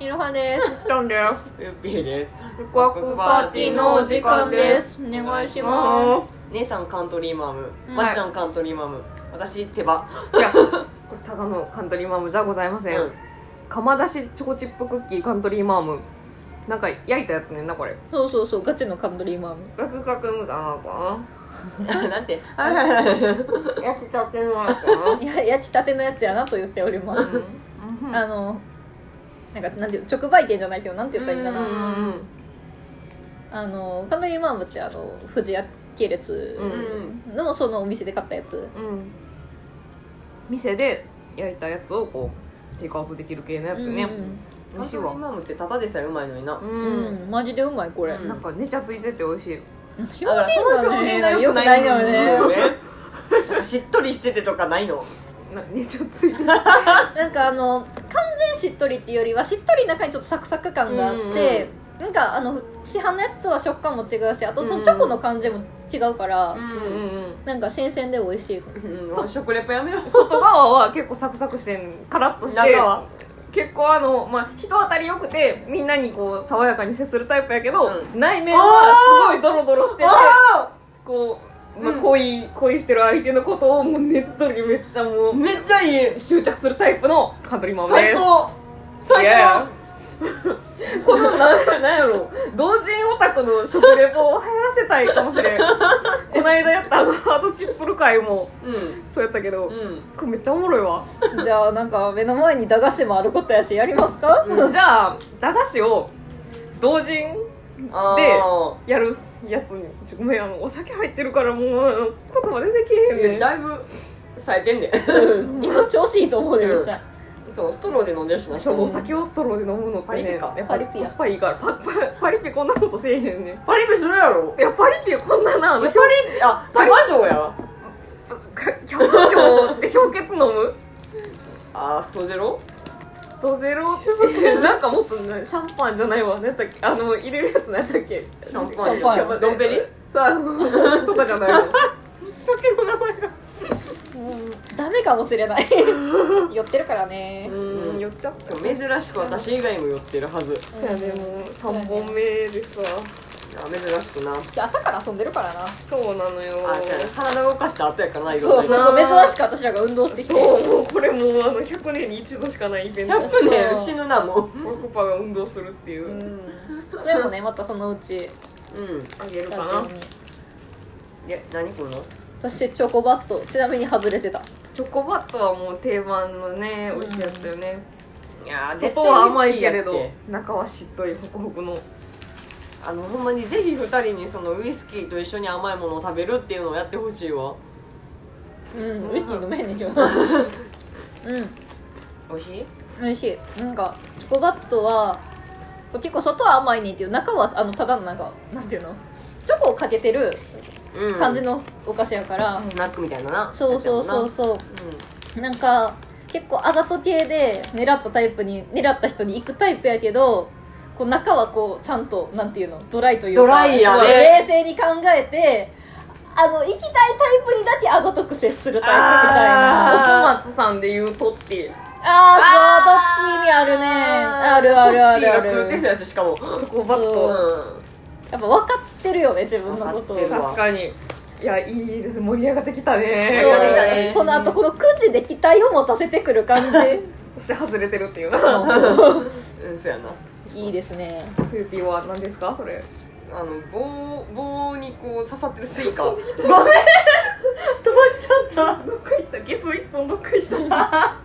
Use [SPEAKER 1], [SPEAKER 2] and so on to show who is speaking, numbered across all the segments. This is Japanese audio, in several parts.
[SPEAKER 1] いろはです。
[SPEAKER 2] トンです。
[SPEAKER 3] ウッピーです。
[SPEAKER 2] ワクワク パーティーのお時間です。
[SPEAKER 1] お願いしま
[SPEAKER 2] も
[SPEAKER 3] 姉さんカントリーマム
[SPEAKER 1] うん、
[SPEAKER 3] ばっちゃんカントリーマム、私手羽。
[SPEAKER 2] う、いや、これただのカントリーマームじゃございま
[SPEAKER 3] う
[SPEAKER 2] せん。
[SPEAKER 3] ん。
[SPEAKER 2] 釜出しチョコチップクッキーカントリーマーム。なんか焼いたやつねんな、これ。
[SPEAKER 1] す。そうそうそう、ガチのカントリーマーム。
[SPEAKER 2] ガクガクムだな、こ
[SPEAKER 3] なん て。
[SPEAKER 2] な。焼きたてのやつ な。
[SPEAKER 1] いや、焼きたてのやつやなと言っております。
[SPEAKER 2] うん
[SPEAKER 1] あの、なんか、なんていう、直売店じゃないけど、なんて言ったらいいんだろ
[SPEAKER 2] うん
[SPEAKER 1] う。
[SPEAKER 2] うん
[SPEAKER 1] あの、カントリーマームって、あの、富士屋系列の、そのお店で買ったやつ。
[SPEAKER 2] うんうん。店で焼いたやつをこう、テイクアウトできる系のやつね。美
[SPEAKER 3] カン
[SPEAKER 2] 味しい
[SPEAKER 3] トリー
[SPEAKER 2] わ。
[SPEAKER 3] マムってただでさえうまいのにな
[SPEAKER 2] う。。
[SPEAKER 1] うんん、マジでうまい、これ。
[SPEAKER 3] うん
[SPEAKER 2] なんかネチャついてて美味しい。
[SPEAKER 1] 表現
[SPEAKER 3] だからその
[SPEAKER 1] が
[SPEAKER 3] 表
[SPEAKER 1] ね
[SPEAKER 3] 現が
[SPEAKER 1] 良
[SPEAKER 3] 良
[SPEAKER 1] く
[SPEAKER 3] く
[SPEAKER 1] な
[SPEAKER 3] ないい
[SPEAKER 1] の
[SPEAKER 3] の
[SPEAKER 1] よ
[SPEAKER 3] よ
[SPEAKER 1] ね。
[SPEAKER 3] ね。なんかしっとりしててとかないの。
[SPEAKER 2] なネチャついてて。
[SPEAKER 1] なんかあの完全しっとりっていうよりはしっとりの中にちょっとサクサク感があって、なんかあの市販のやつとは食感も違うしあとそのチョコの感じも違うから、
[SPEAKER 3] うん
[SPEAKER 2] うん。
[SPEAKER 1] なんか新鮮で美味しい
[SPEAKER 3] うん。食レポやめよう。
[SPEAKER 2] 外側は結構サクサクしてんカラッとして
[SPEAKER 3] 中は。
[SPEAKER 2] 結構あの、まあ、人当たり良くてみんなにこう爽やかに接するタイプやけど、
[SPEAKER 3] う
[SPEAKER 2] 内面はすごいドロドロしててこう、まあ、
[SPEAKER 3] うん
[SPEAKER 2] 恋恋してる相手のことをもうねっとりめっちゃもう
[SPEAKER 3] めっちゃいい。
[SPEAKER 2] 執着するタイプのカントリーマンで
[SPEAKER 3] 最
[SPEAKER 2] す
[SPEAKER 3] 高。最
[SPEAKER 2] Yeah
[SPEAKER 3] 高。
[SPEAKER 2] このなんなんやろ同人オタクの食レポを流行らせたいかもし れんこの間やったあのハードチップル会も
[SPEAKER 3] う
[SPEAKER 2] そうやったけど、
[SPEAKER 3] ん。うん。
[SPEAKER 2] これめっちゃおもろいわ
[SPEAKER 1] じゃあなんか目の前に駄菓子もあることやしやりますか、
[SPEAKER 2] じゃあ駄菓子を同人
[SPEAKER 3] あ
[SPEAKER 2] で
[SPEAKER 3] ー
[SPEAKER 2] やるやつにちょごめんあのお酒入ってるからもうあの言葉出てけへんね
[SPEAKER 3] いやだいぶ冴えてんね
[SPEAKER 1] 今調子いいと思うでめっちゃ、
[SPEAKER 3] そうストローで飲んでるしな
[SPEAKER 2] しかもお酒をストローで飲むのって、ね、
[SPEAKER 3] パリピ
[SPEAKER 2] や
[SPEAKER 3] か
[SPEAKER 2] っぱ
[SPEAKER 1] パ
[SPEAKER 2] り
[SPEAKER 1] リピや
[SPEAKER 2] コスパいいからパパパリピこんなことせえへんねん
[SPEAKER 3] パリピするやろ
[SPEAKER 2] いやパリピこんななあの表
[SPEAKER 3] あ手羽上やわ
[SPEAKER 2] 表情で氷結飲む
[SPEAKER 3] あーストゼロ
[SPEAKER 2] ストゼロってなんかもっとなシャンパンじゃないわ何やったっけあの入れるやつ何やったっけ
[SPEAKER 3] シャン
[SPEAKER 1] パン
[SPEAKER 3] パン
[SPEAKER 1] シャンパン
[SPEAKER 3] やドンペリ
[SPEAKER 2] さあそうそうそうとかじゃないわ酒の名前が
[SPEAKER 1] ダメかもしれない酔ってるからね、
[SPEAKER 2] うん酔っちゃった
[SPEAKER 3] 珍しく私以外も寄ってるはず
[SPEAKER 2] そうやねもう3本目でさ
[SPEAKER 3] あ珍しくな
[SPEAKER 1] 朝から遊んでるからな
[SPEAKER 2] そうなのよ
[SPEAKER 3] あそうやな体動かした後やからない
[SPEAKER 1] そうそうそう珍しく私らが運動してきて
[SPEAKER 2] そうもうこれもうあの100年に一度しかないイベント
[SPEAKER 3] 100分で死ぬなも
[SPEAKER 2] オルコパが運動するっていう、
[SPEAKER 1] うんそれもねまたそのうち
[SPEAKER 3] ううん
[SPEAKER 2] あげるか
[SPEAKER 1] 完
[SPEAKER 2] な
[SPEAKER 1] 全に
[SPEAKER 3] え何この
[SPEAKER 1] 私チョコバットちなみに外れてた
[SPEAKER 2] チョコバットはもう定番のね美味しいやつよね、
[SPEAKER 3] いやー
[SPEAKER 2] 外は甘いけれ
[SPEAKER 3] 絶対ウイ
[SPEAKER 2] ど
[SPEAKER 3] スキーやって
[SPEAKER 2] 中はしっとりホクホクの
[SPEAKER 3] あのほんまにぜひ2人にそのウイスキーと一緒に甘いものを食べるっていうのをやってほしいわ
[SPEAKER 1] うんウイスキー飲めへんねんけどうん
[SPEAKER 3] おいしい
[SPEAKER 1] 美味しいなんかチョコバットは結構外は甘いねんっていう中はあのただのなんかなんていうのチョコをかけてる
[SPEAKER 3] うん
[SPEAKER 1] 感じのお菓子やから、
[SPEAKER 3] スナックみたいなな
[SPEAKER 1] そうそうそうそう
[SPEAKER 3] うん
[SPEAKER 1] なんか結構あざと系で狙ったタイプに狙った人に行くタイプやけどこう中はこうちゃんとなんていうのドライというか
[SPEAKER 3] ドライやね
[SPEAKER 1] 冷静に考えてあの行きたいタイプにだけあざとく接するタイプみたい
[SPEAKER 2] お
[SPEAKER 1] な
[SPEAKER 3] あー
[SPEAKER 2] そ松さんで言うとって
[SPEAKER 1] あーそうどっち意味あるねあるあるあるあ
[SPEAKER 3] トッピーが空気
[SPEAKER 1] る
[SPEAKER 3] やつしかも
[SPEAKER 2] チョコバッ
[SPEAKER 1] そう
[SPEAKER 2] ト
[SPEAKER 1] やっぱ分かってるよね自分のことを
[SPEAKER 3] 分かってる
[SPEAKER 2] 確かにいやいいです盛り上がってきたね
[SPEAKER 3] 盛り上がってきたね
[SPEAKER 1] そうその後このくじで期待を持たせてくる感じ
[SPEAKER 2] 私外れてるっていうな
[SPEAKER 1] そう
[SPEAKER 3] うんうんそうやない
[SPEAKER 1] いですね
[SPEAKER 2] フーピーは何ですかそれ
[SPEAKER 3] あの棒棒にこう刺さってるスイカ
[SPEAKER 2] 飛ばしちゃったどっか行ったゲス一本どっか行った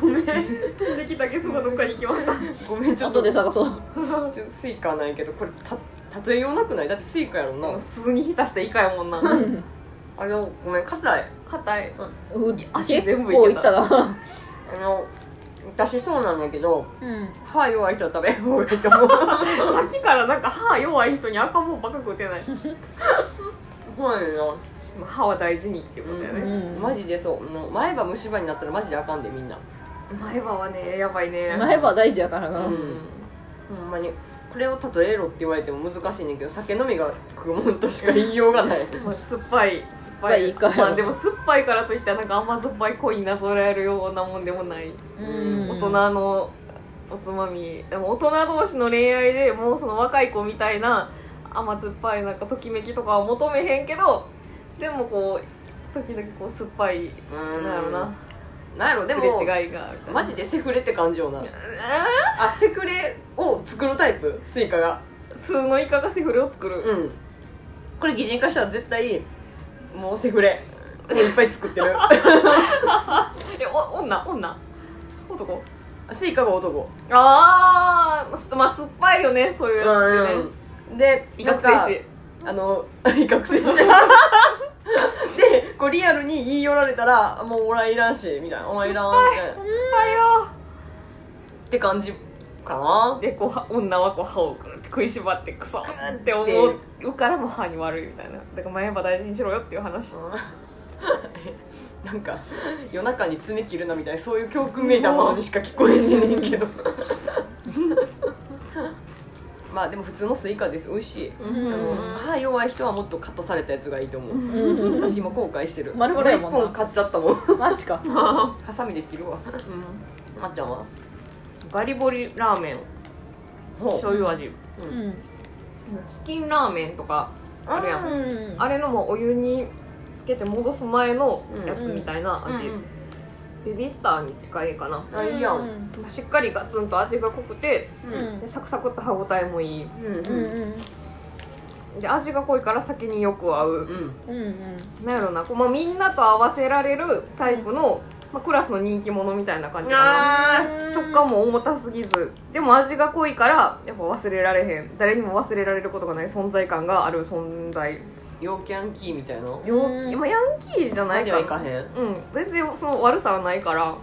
[SPEAKER 2] ごめん飛んできたゲスがどっかに行きました
[SPEAKER 3] ごめんちょっ
[SPEAKER 1] 後
[SPEAKER 3] と
[SPEAKER 1] で探そう
[SPEAKER 3] ちょっとスイカはないけどこれた例えようなくないだってスイカやろな
[SPEAKER 2] 鈴に浸して以下やもんな
[SPEAKER 3] あのごめん硬い
[SPEAKER 2] 硬い
[SPEAKER 1] うん
[SPEAKER 2] 足
[SPEAKER 1] 結
[SPEAKER 2] 全部
[SPEAKER 1] 構
[SPEAKER 2] い
[SPEAKER 1] い
[SPEAKER 2] け
[SPEAKER 1] ったたな
[SPEAKER 3] あの私そうなんだけど
[SPEAKER 1] うん
[SPEAKER 3] 歯弱い人は食べる方がいいと思う
[SPEAKER 2] さっきからなんか歯弱い人に赤もんばっか食うてない
[SPEAKER 3] そうやな
[SPEAKER 2] まあ歯は大事にっていうことやね、
[SPEAKER 1] うん
[SPEAKER 3] マジでそうもう前歯虫歯になったらマジであかんでみんな
[SPEAKER 2] 前歯はねやばいね
[SPEAKER 1] 前歯大事やからな、
[SPEAKER 3] う
[SPEAKER 2] うんん
[SPEAKER 3] ほんまにこれを例えろって言われても難しいねんけど酒飲みが食うもんとしか言いようが ない
[SPEAKER 2] まあ酸っぱい酸っぱい
[SPEAKER 1] 酸っぱいから
[SPEAKER 2] まあ、でも酸っぱいからといってなんか甘酸っぱい恋になぞらえるようなもんでもない、
[SPEAKER 1] うん
[SPEAKER 2] 大人のおつまみでも大人同士の恋愛でもうその若い子みたいな甘酸っぱいなんかときめきとかは求めへんけどでもこう時々こう酸っぱいなんやろな
[SPEAKER 3] なんやろでも
[SPEAKER 2] すれ違いがある
[SPEAKER 3] マジでセフレって感じよなあセフレを作るタイプスイカが
[SPEAKER 2] 数のイカがセフレを作る、
[SPEAKER 3] うんこれ擬人化したら絶対もうセフレもういっぱい作ってる
[SPEAKER 2] えお女女男
[SPEAKER 3] スイカが男
[SPEAKER 2] あーまあすまあ酸っぱいよねそういうやつってね
[SPEAKER 3] うんで
[SPEAKER 2] 威嚇せいし
[SPEAKER 3] あの威嚇せいし でこうリアルに言い寄られたらもう俺はいらんしみたいなお前いらんみたいな
[SPEAKER 2] 酸っぱいよ
[SPEAKER 3] って感じかな
[SPEAKER 2] でこうは女はこう歯をグーって食いしばってクソって思うからも歯に悪いみたいなだから前歯大事にしろよっていう話
[SPEAKER 3] うんなんか夜中に爪切るなみたいなそういう教訓めいたものにしか聞こえねえねん けどまあでも普通のスイカです美味しい、
[SPEAKER 1] ん
[SPEAKER 3] あの歯弱い人はもっとカットされたやつがいいと思う、私今後悔してる
[SPEAKER 1] 丸々やもんな
[SPEAKER 3] もう一本買っちゃったもん
[SPEAKER 1] マジか
[SPEAKER 3] ハサミで切るわまっちゃんは
[SPEAKER 2] バリボリラーメン
[SPEAKER 3] ほ
[SPEAKER 2] 醤油味
[SPEAKER 1] う
[SPEAKER 3] うん
[SPEAKER 1] ん
[SPEAKER 2] チキンラーメンとかあるやん
[SPEAKER 1] うん
[SPEAKER 2] あれのもお湯につけて戻す前のやつみたいな味、
[SPEAKER 3] うん
[SPEAKER 2] ベビースターに近いかな
[SPEAKER 3] あいいやん
[SPEAKER 1] うん
[SPEAKER 2] しっかりガツンと味が濃くて
[SPEAKER 3] う
[SPEAKER 1] うんん
[SPEAKER 2] でサクサクっと歯ごたえもいい
[SPEAKER 3] うん
[SPEAKER 1] う
[SPEAKER 3] うんん
[SPEAKER 2] で味が濃いから先によく合う
[SPEAKER 3] うん
[SPEAKER 1] うんうん
[SPEAKER 2] なんやろなこう、まあ、みんなと合わせられるタイプの、まあ、クラスの人気者みたいな感じかな
[SPEAKER 3] あ
[SPEAKER 1] ー
[SPEAKER 2] 食感も重たすぎずでも味が濃いからやっぱ忘れられへん誰にも忘れられることがない存在感がある存在
[SPEAKER 3] ー陽キャンキーみたいな
[SPEAKER 2] よ、
[SPEAKER 1] うん
[SPEAKER 2] 今ヤンキーじゃな
[SPEAKER 3] ま
[SPEAKER 2] い
[SPEAKER 3] で
[SPEAKER 2] か
[SPEAKER 3] は
[SPEAKER 2] ら
[SPEAKER 3] いかへん
[SPEAKER 2] うん別にその悪さはないから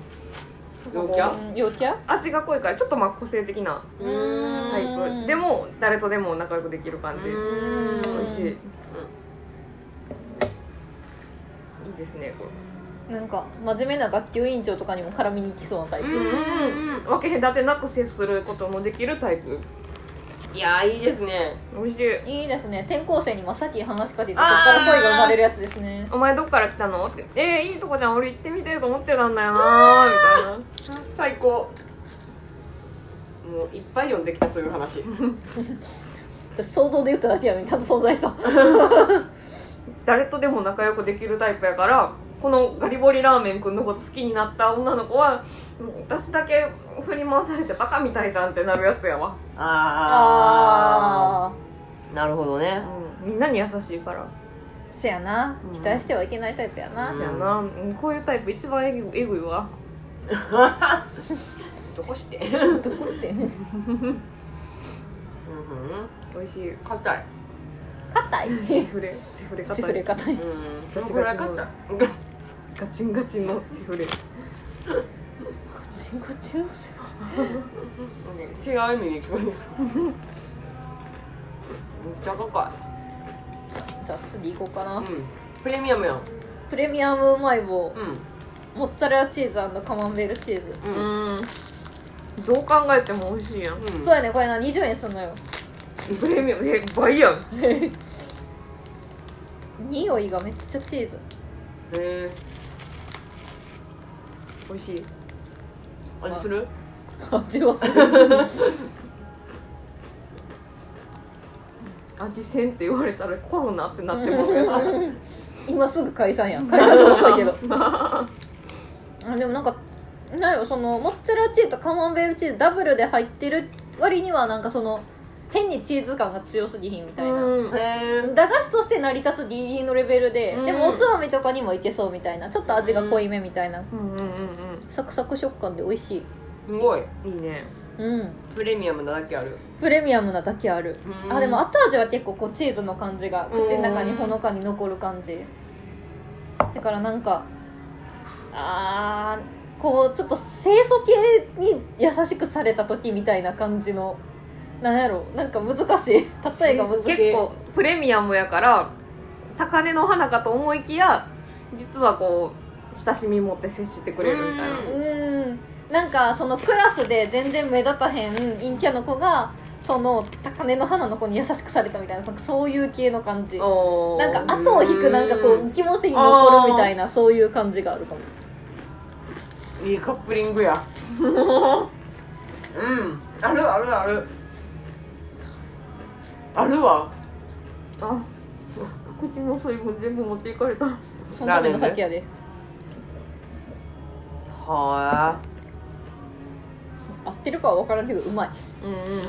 [SPEAKER 3] 陽キャ
[SPEAKER 1] うん陽キャ
[SPEAKER 2] 味が濃いからちょっとまあ個性的な
[SPEAKER 1] う
[SPEAKER 3] ーん
[SPEAKER 2] タイプでも誰とでも仲良くできる感じ美
[SPEAKER 3] うーん
[SPEAKER 2] 味しい、いいですねこれ
[SPEAKER 1] なんか真面目な学級委員長とかにも絡みに行きそうなタイプ
[SPEAKER 2] うん分け隔てなく接することもできるタイプ
[SPEAKER 3] いやーいいですね
[SPEAKER 2] 美味しい
[SPEAKER 1] いいですね転校生に真っ先に話しかけてそこから恋が生まれるやつですね
[SPEAKER 2] お前どっから来たのって「えー、いいとこじゃん俺行ってみてえと思ってたんだよな」みたいな
[SPEAKER 3] 最高もういっぱい読んできたそういう話
[SPEAKER 1] 私想像で言っただけやのにちゃんと存在した
[SPEAKER 2] 誰とでも仲良くできるタイプやからこのガリボリラーメンくんのこと好きになった女の子はうん私だけ振り回されてバカみたいじゃんってなるやつやわ、
[SPEAKER 3] あ
[SPEAKER 1] あ
[SPEAKER 3] ーなるほどね
[SPEAKER 2] うん、みんなに優しいから
[SPEAKER 1] ーせやな期待してはいけないタイプやな、
[SPEAKER 3] うん
[SPEAKER 2] そやな、うん、こういうタイプ一番えぐえぐいわ
[SPEAKER 3] どこして
[SPEAKER 1] どこして
[SPEAKER 3] うん
[SPEAKER 2] 美味しい
[SPEAKER 3] 硬い
[SPEAKER 1] 硬い
[SPEAKER 2] セフレセフレ
[SPEAKER 1] シフレ
[SPEAKER 2] 硬い
[SPEAKER 1] 硬い
[SPEAKER 3] うん
[SPEAKER 2] どの
[SPEAKER 3] どの
[SPEAKER 2] く
[SPEAKER 3] く
[SPEAKER 2] ら
[SPEAKER 3] ら
[SPEAKER 2] い
[SPEAKER 3] い
[SPEAKER 2] 硬い
[SPEAKER 3] 硬い
[SPEAKER 2] ガチンガチンのセフレ
[SPEAKER 1] こっちのシフ
[SPEAKER 3] 違う意味に聞こえるめっちゃ硬
[SPEAKER 1] レじゃあ次行こうかな、
[SPEAKER 3] いうんプレミアムやん
[SPEAKER 1] プレミアムうまい棒、
[SPEAKER 3] う
[SPEAKER 1] モッツァレラチーズカマンベールチーズ、
[SPEAKER 3] んうん
[SPEAKER 2] うんどう考えても美味しいやん
[SPEAKER 3] うん
[SPEAKER 1] そうやねこれな20円すんのよ
[SPEAKER 2] プレミアムえ倍やん
[SPEAKER 1] 匂いがめっちゃチーズ
[SPEAKER 3] へえ
[SPEAKER 2] 美味しい
[SPEAKER 3] 味する
[SPEAKER 1] 味はする
[SPEAKER 2] 味せんって言われたらコロナってなってますよ
[SPEAKER 1] 今すぐ解散やん解散して遅いけ どあでもなんかなんやろそのモッツァレラチーズとカマンベールチーズダブルで入ってる割にはなんかその変にチーズ感が強すぎひんみたいな、
[SPEAKER 2] うん
[SPEAKER 3] へえ
[SPEAKER 1] 駄菓子として成り立つギリギリのレベルで、
[SPEAKER 2] うん
[SPEAKER 1] でもおつまみとかにもいけそうみたいなちょっと味が濃いめみたいな、
[SPEAKER 2] うんうん
[SPEAKER 1] サクサク食感で美味しい
[SPEAKER 3] すごい
[SPEAKER 2] うんいいね
[SPEAKER 1] うん
[SPEAKER 3] プレミアムなだけある
[SPEAKER 1] プレミアムなだけある
[SPEAKER 3] うん
[SPEAKER 1] あでも後味は結構こうチーズの感じが口の中にほのかに残る感じだからなんかあーこうちょっと清楚系に優しくされた時みたいな感じのなんやろなんか難しい例えが難しい
[SPEAKER 2] 結構プレミアムやから高値の花かと思いきや実はこう親しみ持って接してくれるみたいな
[SPEAKER 1] うーんなんかそのクラスで全然目立たへん陰キャの子がその高根の花の子に優しくされたみたいななんかそういう系の感じ
[SPEAKER 2] お
[SPEAKER 1] なん
[SPEAKER 2] ー
[SPEAKER 1] か後を引くなんかこ
[SPEAKER 3] う
[SPEAKER 1] う気持ちに残るみたいなそういう感じがあるかも
[SPEAKER 3] いいカップリングやうんあるあるあるあるわ
[SPEAKER 2] あ口の水分全部持っていかれた
[SPEAKER 1] そのための先やで
[SPEAKER 3] は
[SPEAKER 1] 合
[SPEAKER 3] あ
[SPEAKER 1] ってるかは分からんけどうまい
[SPEAKER 2] うんうんうん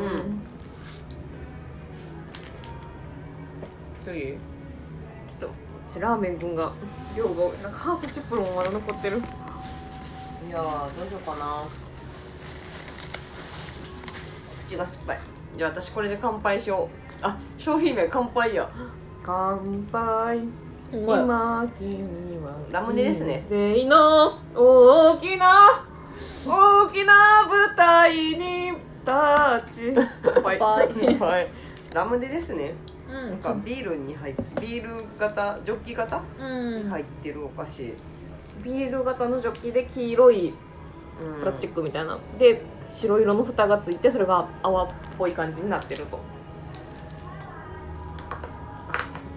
[SPEAKER 3] 次
[SPEAKER 2] ちょっとラーメン君が量が多いなんかハートチップルもまだ残ってる
[SPEAKER 3] いやーどうしようかな口が酸っぱいじゃあ私これで乾杯しようあ商品名乾杯や
[SPEAKER 2] 乾杯
[SPEAKER 1] うまい
[SPEAKER 2] 今君は
[SPEAKER 3] ラムネですね
[SPEAKER 2] 人生の大きな大きな舞台に立ち乾杯
[SPEAKER 1] 乾杯
[SPEAKER 3] はいラムネですね
[SPEAKER 1] う
[SPEAKER 3] なん
[SPEAKER 1] ん
[SPEAKER 3] かビールに入ってビール型ジョッキ型
[SPEAKER 1] うん
[SPEAKER 3] 入ってるお菓子
[SPEAKER 2] ビール型のジョッキで黄色い
[SPEAKER 3] うん
[SPEAKER 2] プラスチックみたいな、で白色の蓋がついてそれが泡っぽい感じになってると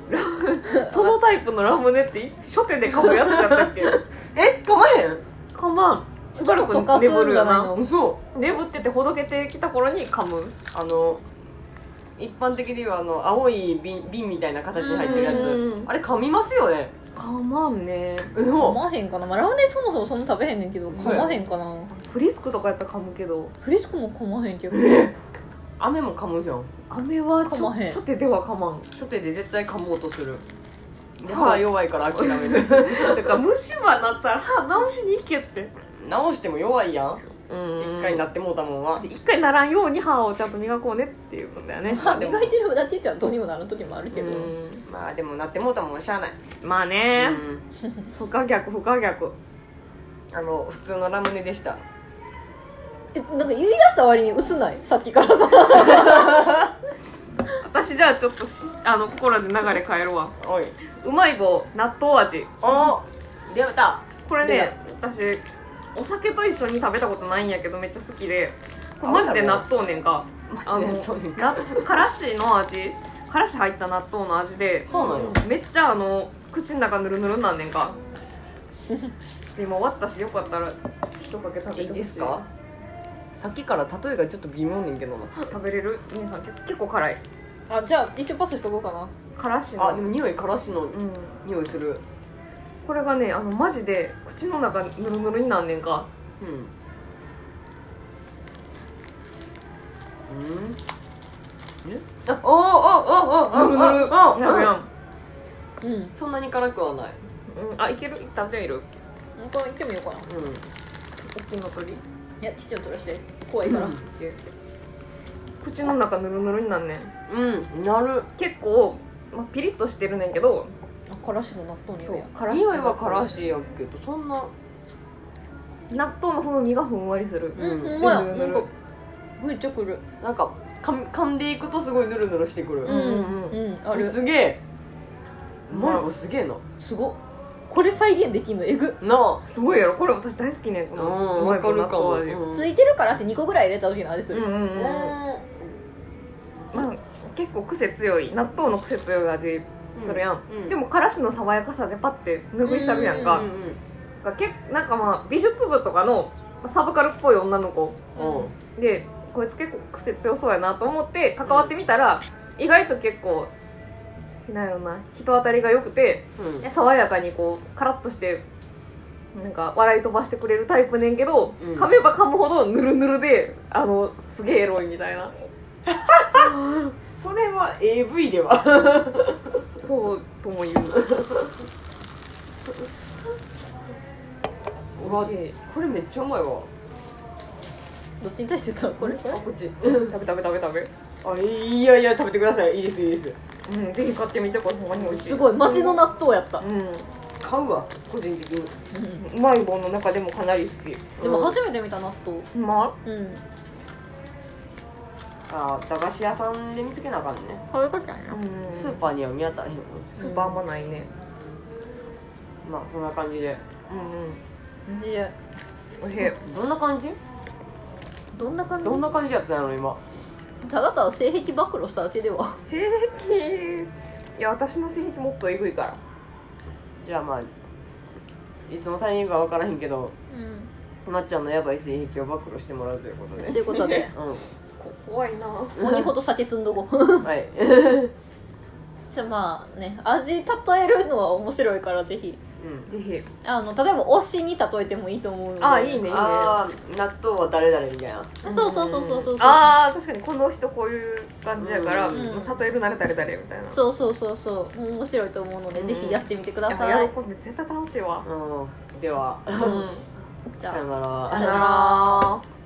[SPEAKER 2] そのタイプのラムネって初手で噛むやつだったっけ
[SPEAKER 3] え噛まへん
[SPEAKER 2] 噛まん
[SPEAKER 1] ちょっと溶かすんじゃないの
[SPEAKER 3] 嘘
[SPEAKER 2] 眠っててほどけてきた頃に噛む
[SPEAKER 3] あの一般的にはあの青い瓶瓶みたいな形に入ってるや
[SPEAKER 2] う
[SPEAKER 3] つ
[SPEAKER 2] ん
[SPEAKER 3] あれ噛みますよね
[SPEAKER 2] 噛まんね
[SPEAKER 3] う
[SPEAKER 1] 噛
[SPEAKER 3] お
[SPEAKER 1] まへんかな、まあ、ラムネそもそもそんな食べへんねんけど噛まへんかな
[SPEAKER 2] フリスクとかやったら噛むけど
[SPEAKER 1] フリスクも噛まへんけど
[SPEAKER 3] 雨も噛むじゃん
[SPEAKER 2] 飴は
[SPEAKER 1] 噛まへん
[SPEAKER 2] 初手では噛まん
[SPEAKER 3] 初手で絶対噛もうとする
[SPEAKER 2] や
[SPEAKER 3] 歯
[SPEAKER 2] ば
[SPEAKER 3] はい弱いから諦める
[SPEAKER 2] だから虫歯なったら歯直しに行けって
[SPEAKER 3] 直しても弱いやん
[SPEAKER 2] 一
[SPEAKER 3] 一回なってもうたもんは
[SPEAKER 2] 一回ならんように歯をちゃんと磨こうねっていうことだよね
[SPEAKER 1] 歯磨いてるだけじゃどうにもなる時もあるけど
[SPEAKER 3] うんまあでもなってもうたもんはしゃあない
[SPEAKER 2] まあ
[SPEAKER 3] う
[SPEAKER 2] ね、
[SPEAKER 3] ん
[SPEAKER 2] 不可逆不可逆
[SPEAKER 3] あの普通のラムネでした
[SPEAKER 1] えなんか言い出した割に薄ないさっきからさ
[SPEAKER 2] 私じゃあちょっとしあのここらで流れ変えるわ
[SPEAKER 3] おいう
[SPEAKER 2] まい棒納豆味
[SPEAKER 3] お出た
[SPEAKER 2] これね
[SPEAKER 3] で
[SPEAKER 2] 私お酒と一緒に食べたことないんやけどめっちゃ好きでこれマジで納豆ねんかあ
[SPEAKER 3] あ
[SPEAKER 2] の
[SPEAKER 3] の
[SPEAKER 2] なからしの味からし入った納豆の味で
[SPEAKER 3] そうなんよ
[SPEAKER 2] めっちゃあの口の中ぬるぬるなんねんか今終わったしよかったら一かけ食べてほし
[SPEAKER 3] いいですかさっきから例えがちょっと微妙ねんけどな
[SPEAKER 2] 食べれる姉さん結結構辛い
[SPEAKER 1] あじゃあ一応パスしとこうかな
[SPEAKER 2] からしの
[SPEAKER 3] あでも匂いからしの
[SPEAKER 2] うん
[SPEAKER 3] 匂いする
[SPEAKER 2] これがねあのマジで口の中ぬるぬるになんねんか
[SPEAKER 3] うんうんえあおお
[SPEAKER 2] ぬるぬる
[SPEAKER 3] おおおおお
[SPEAKER 2] なるやん、
[SPEAKER 1] うん
[SPEAKER 3] そんなに辛くはない
[SPEAKER 2] うん、あいける食べてみる
[SPEAKER 1] もう一回行ってみようかな
[SPEAKER 3] う
[SPEAKER 2] 大きいの鳥
[SPEAKER 1] いやちっちゃい音出して怖いから、
[SPEAKER 3] うん
[SPEAKER 2] 口の中ぬるぬるになんねん
[SPEAKER 3] んうんなる
[SPEAKER 2] 結構、まあ、ピリッとしてるねんけど
[SPEAKER 1] あからしの納豆
[SPEAKER 3] そ
[SPEAKER 1] 匂いうや
[SPEAKER 2] からし
[SPEAKER 3] 匂いはからしやけどそんな
[SPEAKER 2] 納豆の風味がふんわりする、
[SPEAKER 3] う
[SPEAKER 1] うん
[SPEAKER 3] ん
[SPEAKER 1] ほんまや
[SPEAKER 2] ぬる
[SPEAKER 1] な
[SPEAKER 2] ぬ
[SPEAKER 1] ん
[SPEAKER 2] る
[SPEAKER 1] かめっちゃくる
[SPEAKER 3] なんか噛み噛んでいくとすごいヌルヌルしてくる、
[SPEAKER 1] うんんうん、ある
[SPEAKER 3] すげえう
[SPEAKER 2] まあ
[SPEAKER 3] まい棒すげえな
[SPEAKER 1] すごっこれ再現できんのえぐ
[SPEAKER 3] なあ
[SPEAKER 2] すごいやろこれ私大好きねんこ
[SPEAKER 3] う
[SPEAKER 2] の
[SPEAKER 3] んわかるかも
[SPEAKER 2] うまい棒納豆味
[SPEAKER 1] ついてるからし2個ぐらい入れた時の味す
[SPEAKER 2] うん
[SPEAKER 1] る、
[SPEAKER 2] うんうん、まあ、結構癖強い納豆の癖強い味するやん、
[SPEAKER 3] うん
[SPEAKER 2] でもからしの爽やかさでパッて拭い去るやんか、
[SPEAKER 1] う
[SPEAKER 2] がけなんかまあ美術部とかのまあサブカルっぽい女の子
[SPEAKER 3] うん
[SPEAKER 2] でこいつ結構癖強そうやなと思って関わってみたら、意外と結構なんやろな人当たりが良くて
[SPEAKER 3] うん
[SPEAKER 2] で爽やかにこうカラッとしてなんか笑い飛ばしてくれるタイプねんけど、
[SPEAKER 3] うん
[SPEAKER 2] 噛めば噛むほどヌルヌルであのすげえエロいみたいな
[SPEAKER 3] それは AV では
[SPEAKER 2] そうとも言う
[SPEAKER 3] うわこれめっちゃうまいわ
[SPEAKER 1] どっちに対して言ったのこれ
[SPEAKER 3] あこっち
[SPEAKER 2] 食べ食べ食べ食べ
[SPEAKER 3] あいやいや食べてくださいいいですいいです
[SPEAKER 2] うんぜひ買ってみてこれほんまに美味しい
[SPEAKER 1] すごいマジの納豆やった、
[SPEAKER 2] う
[SPEAKER 3] 買うわ個人的に
[SPEAKER 2] んうまい棒の中でもかなり好き
[SPEAKER 1] でも初めて見た納豆
[SPEAKER 2] うまい
[SPEAKER 1] うん
[SPEAKER 3] あ駄菓子屋さんで見つけなあかんね
[SPEAKER 1] 食べかけないな
[SPEAKER 3] スーパーには見当たらへんよ
[SPEAKER 2] スーパーあんまないね
[SPEAKER 3] まあそんな感じで
[SPEAKER 2] うんうん
[SPEAKER 1] で
[SPEAKER 2] おいしい
[SPEAKER 3] どんな感じ
[SPEAKER 1] どんな感じ
[SPEAKER 3] どんな感じやったんやろ今
[SPEAKER 1] ただただ性癖暴露しただけでは
[SPEAKER 2] 性癖いや私の性癖もっとえぐいから
[SPEAKER 3] じゃあまあいつのタイミングか分からへんけど
[SPEAKER 1] うん
[SPEAKER 3] まっちゃんのやばい性癖を暴露してもらうということで
[SPEAKER 1] ということ で
[SPEAKER 2] こ怖いな
[SPEAKER 1] 鬼ほど酒積んどこう
[SPEAKER 3] うん はい
[SPEAKER 1] じゃあまあね味例えるのは面白いからぜひ
[SPEAKER 3] うん
[SPEAKER 2] ぜひ
[SPEAKER 1] あの例えば推しに例えてもいいと思うので
[SPEAKER 2] あいいね
[SPEAKER 3] ああ納豆は誰々みたいな
[SPEAKER 1] そうそうそうそうそうそう
[SPEAKER 2] ああ確かにこの人こういう感じやから、
[SPEAKER 3] うん
[SPEAKER 2] 例えるなれたれたれみたいな
[SPEAKER 1] そうそうそうそう面白いと思うので、
[SPEAKER 3] うん
[SPEAKER 1] ぜひやってみてくだ
[SPEAKER 2] やっぱ
[SPEAKER 1] さ
[SPEAKER 2] や
[SPEAKER 1] い、
[SPEAKER 2] ろうこれ絶対楽しいわ
[SPEAKER 3] うんでは
[SPEAKER 2] うん
[SPEAKER 1] じ
[SPEAKER 3] さよ
[SPEAKER 1] ゃ
[SPEAKER 3] な
[SPEAKER 1] あ
[SPEAKER 3] ら
[SPEAKER 2] さよなら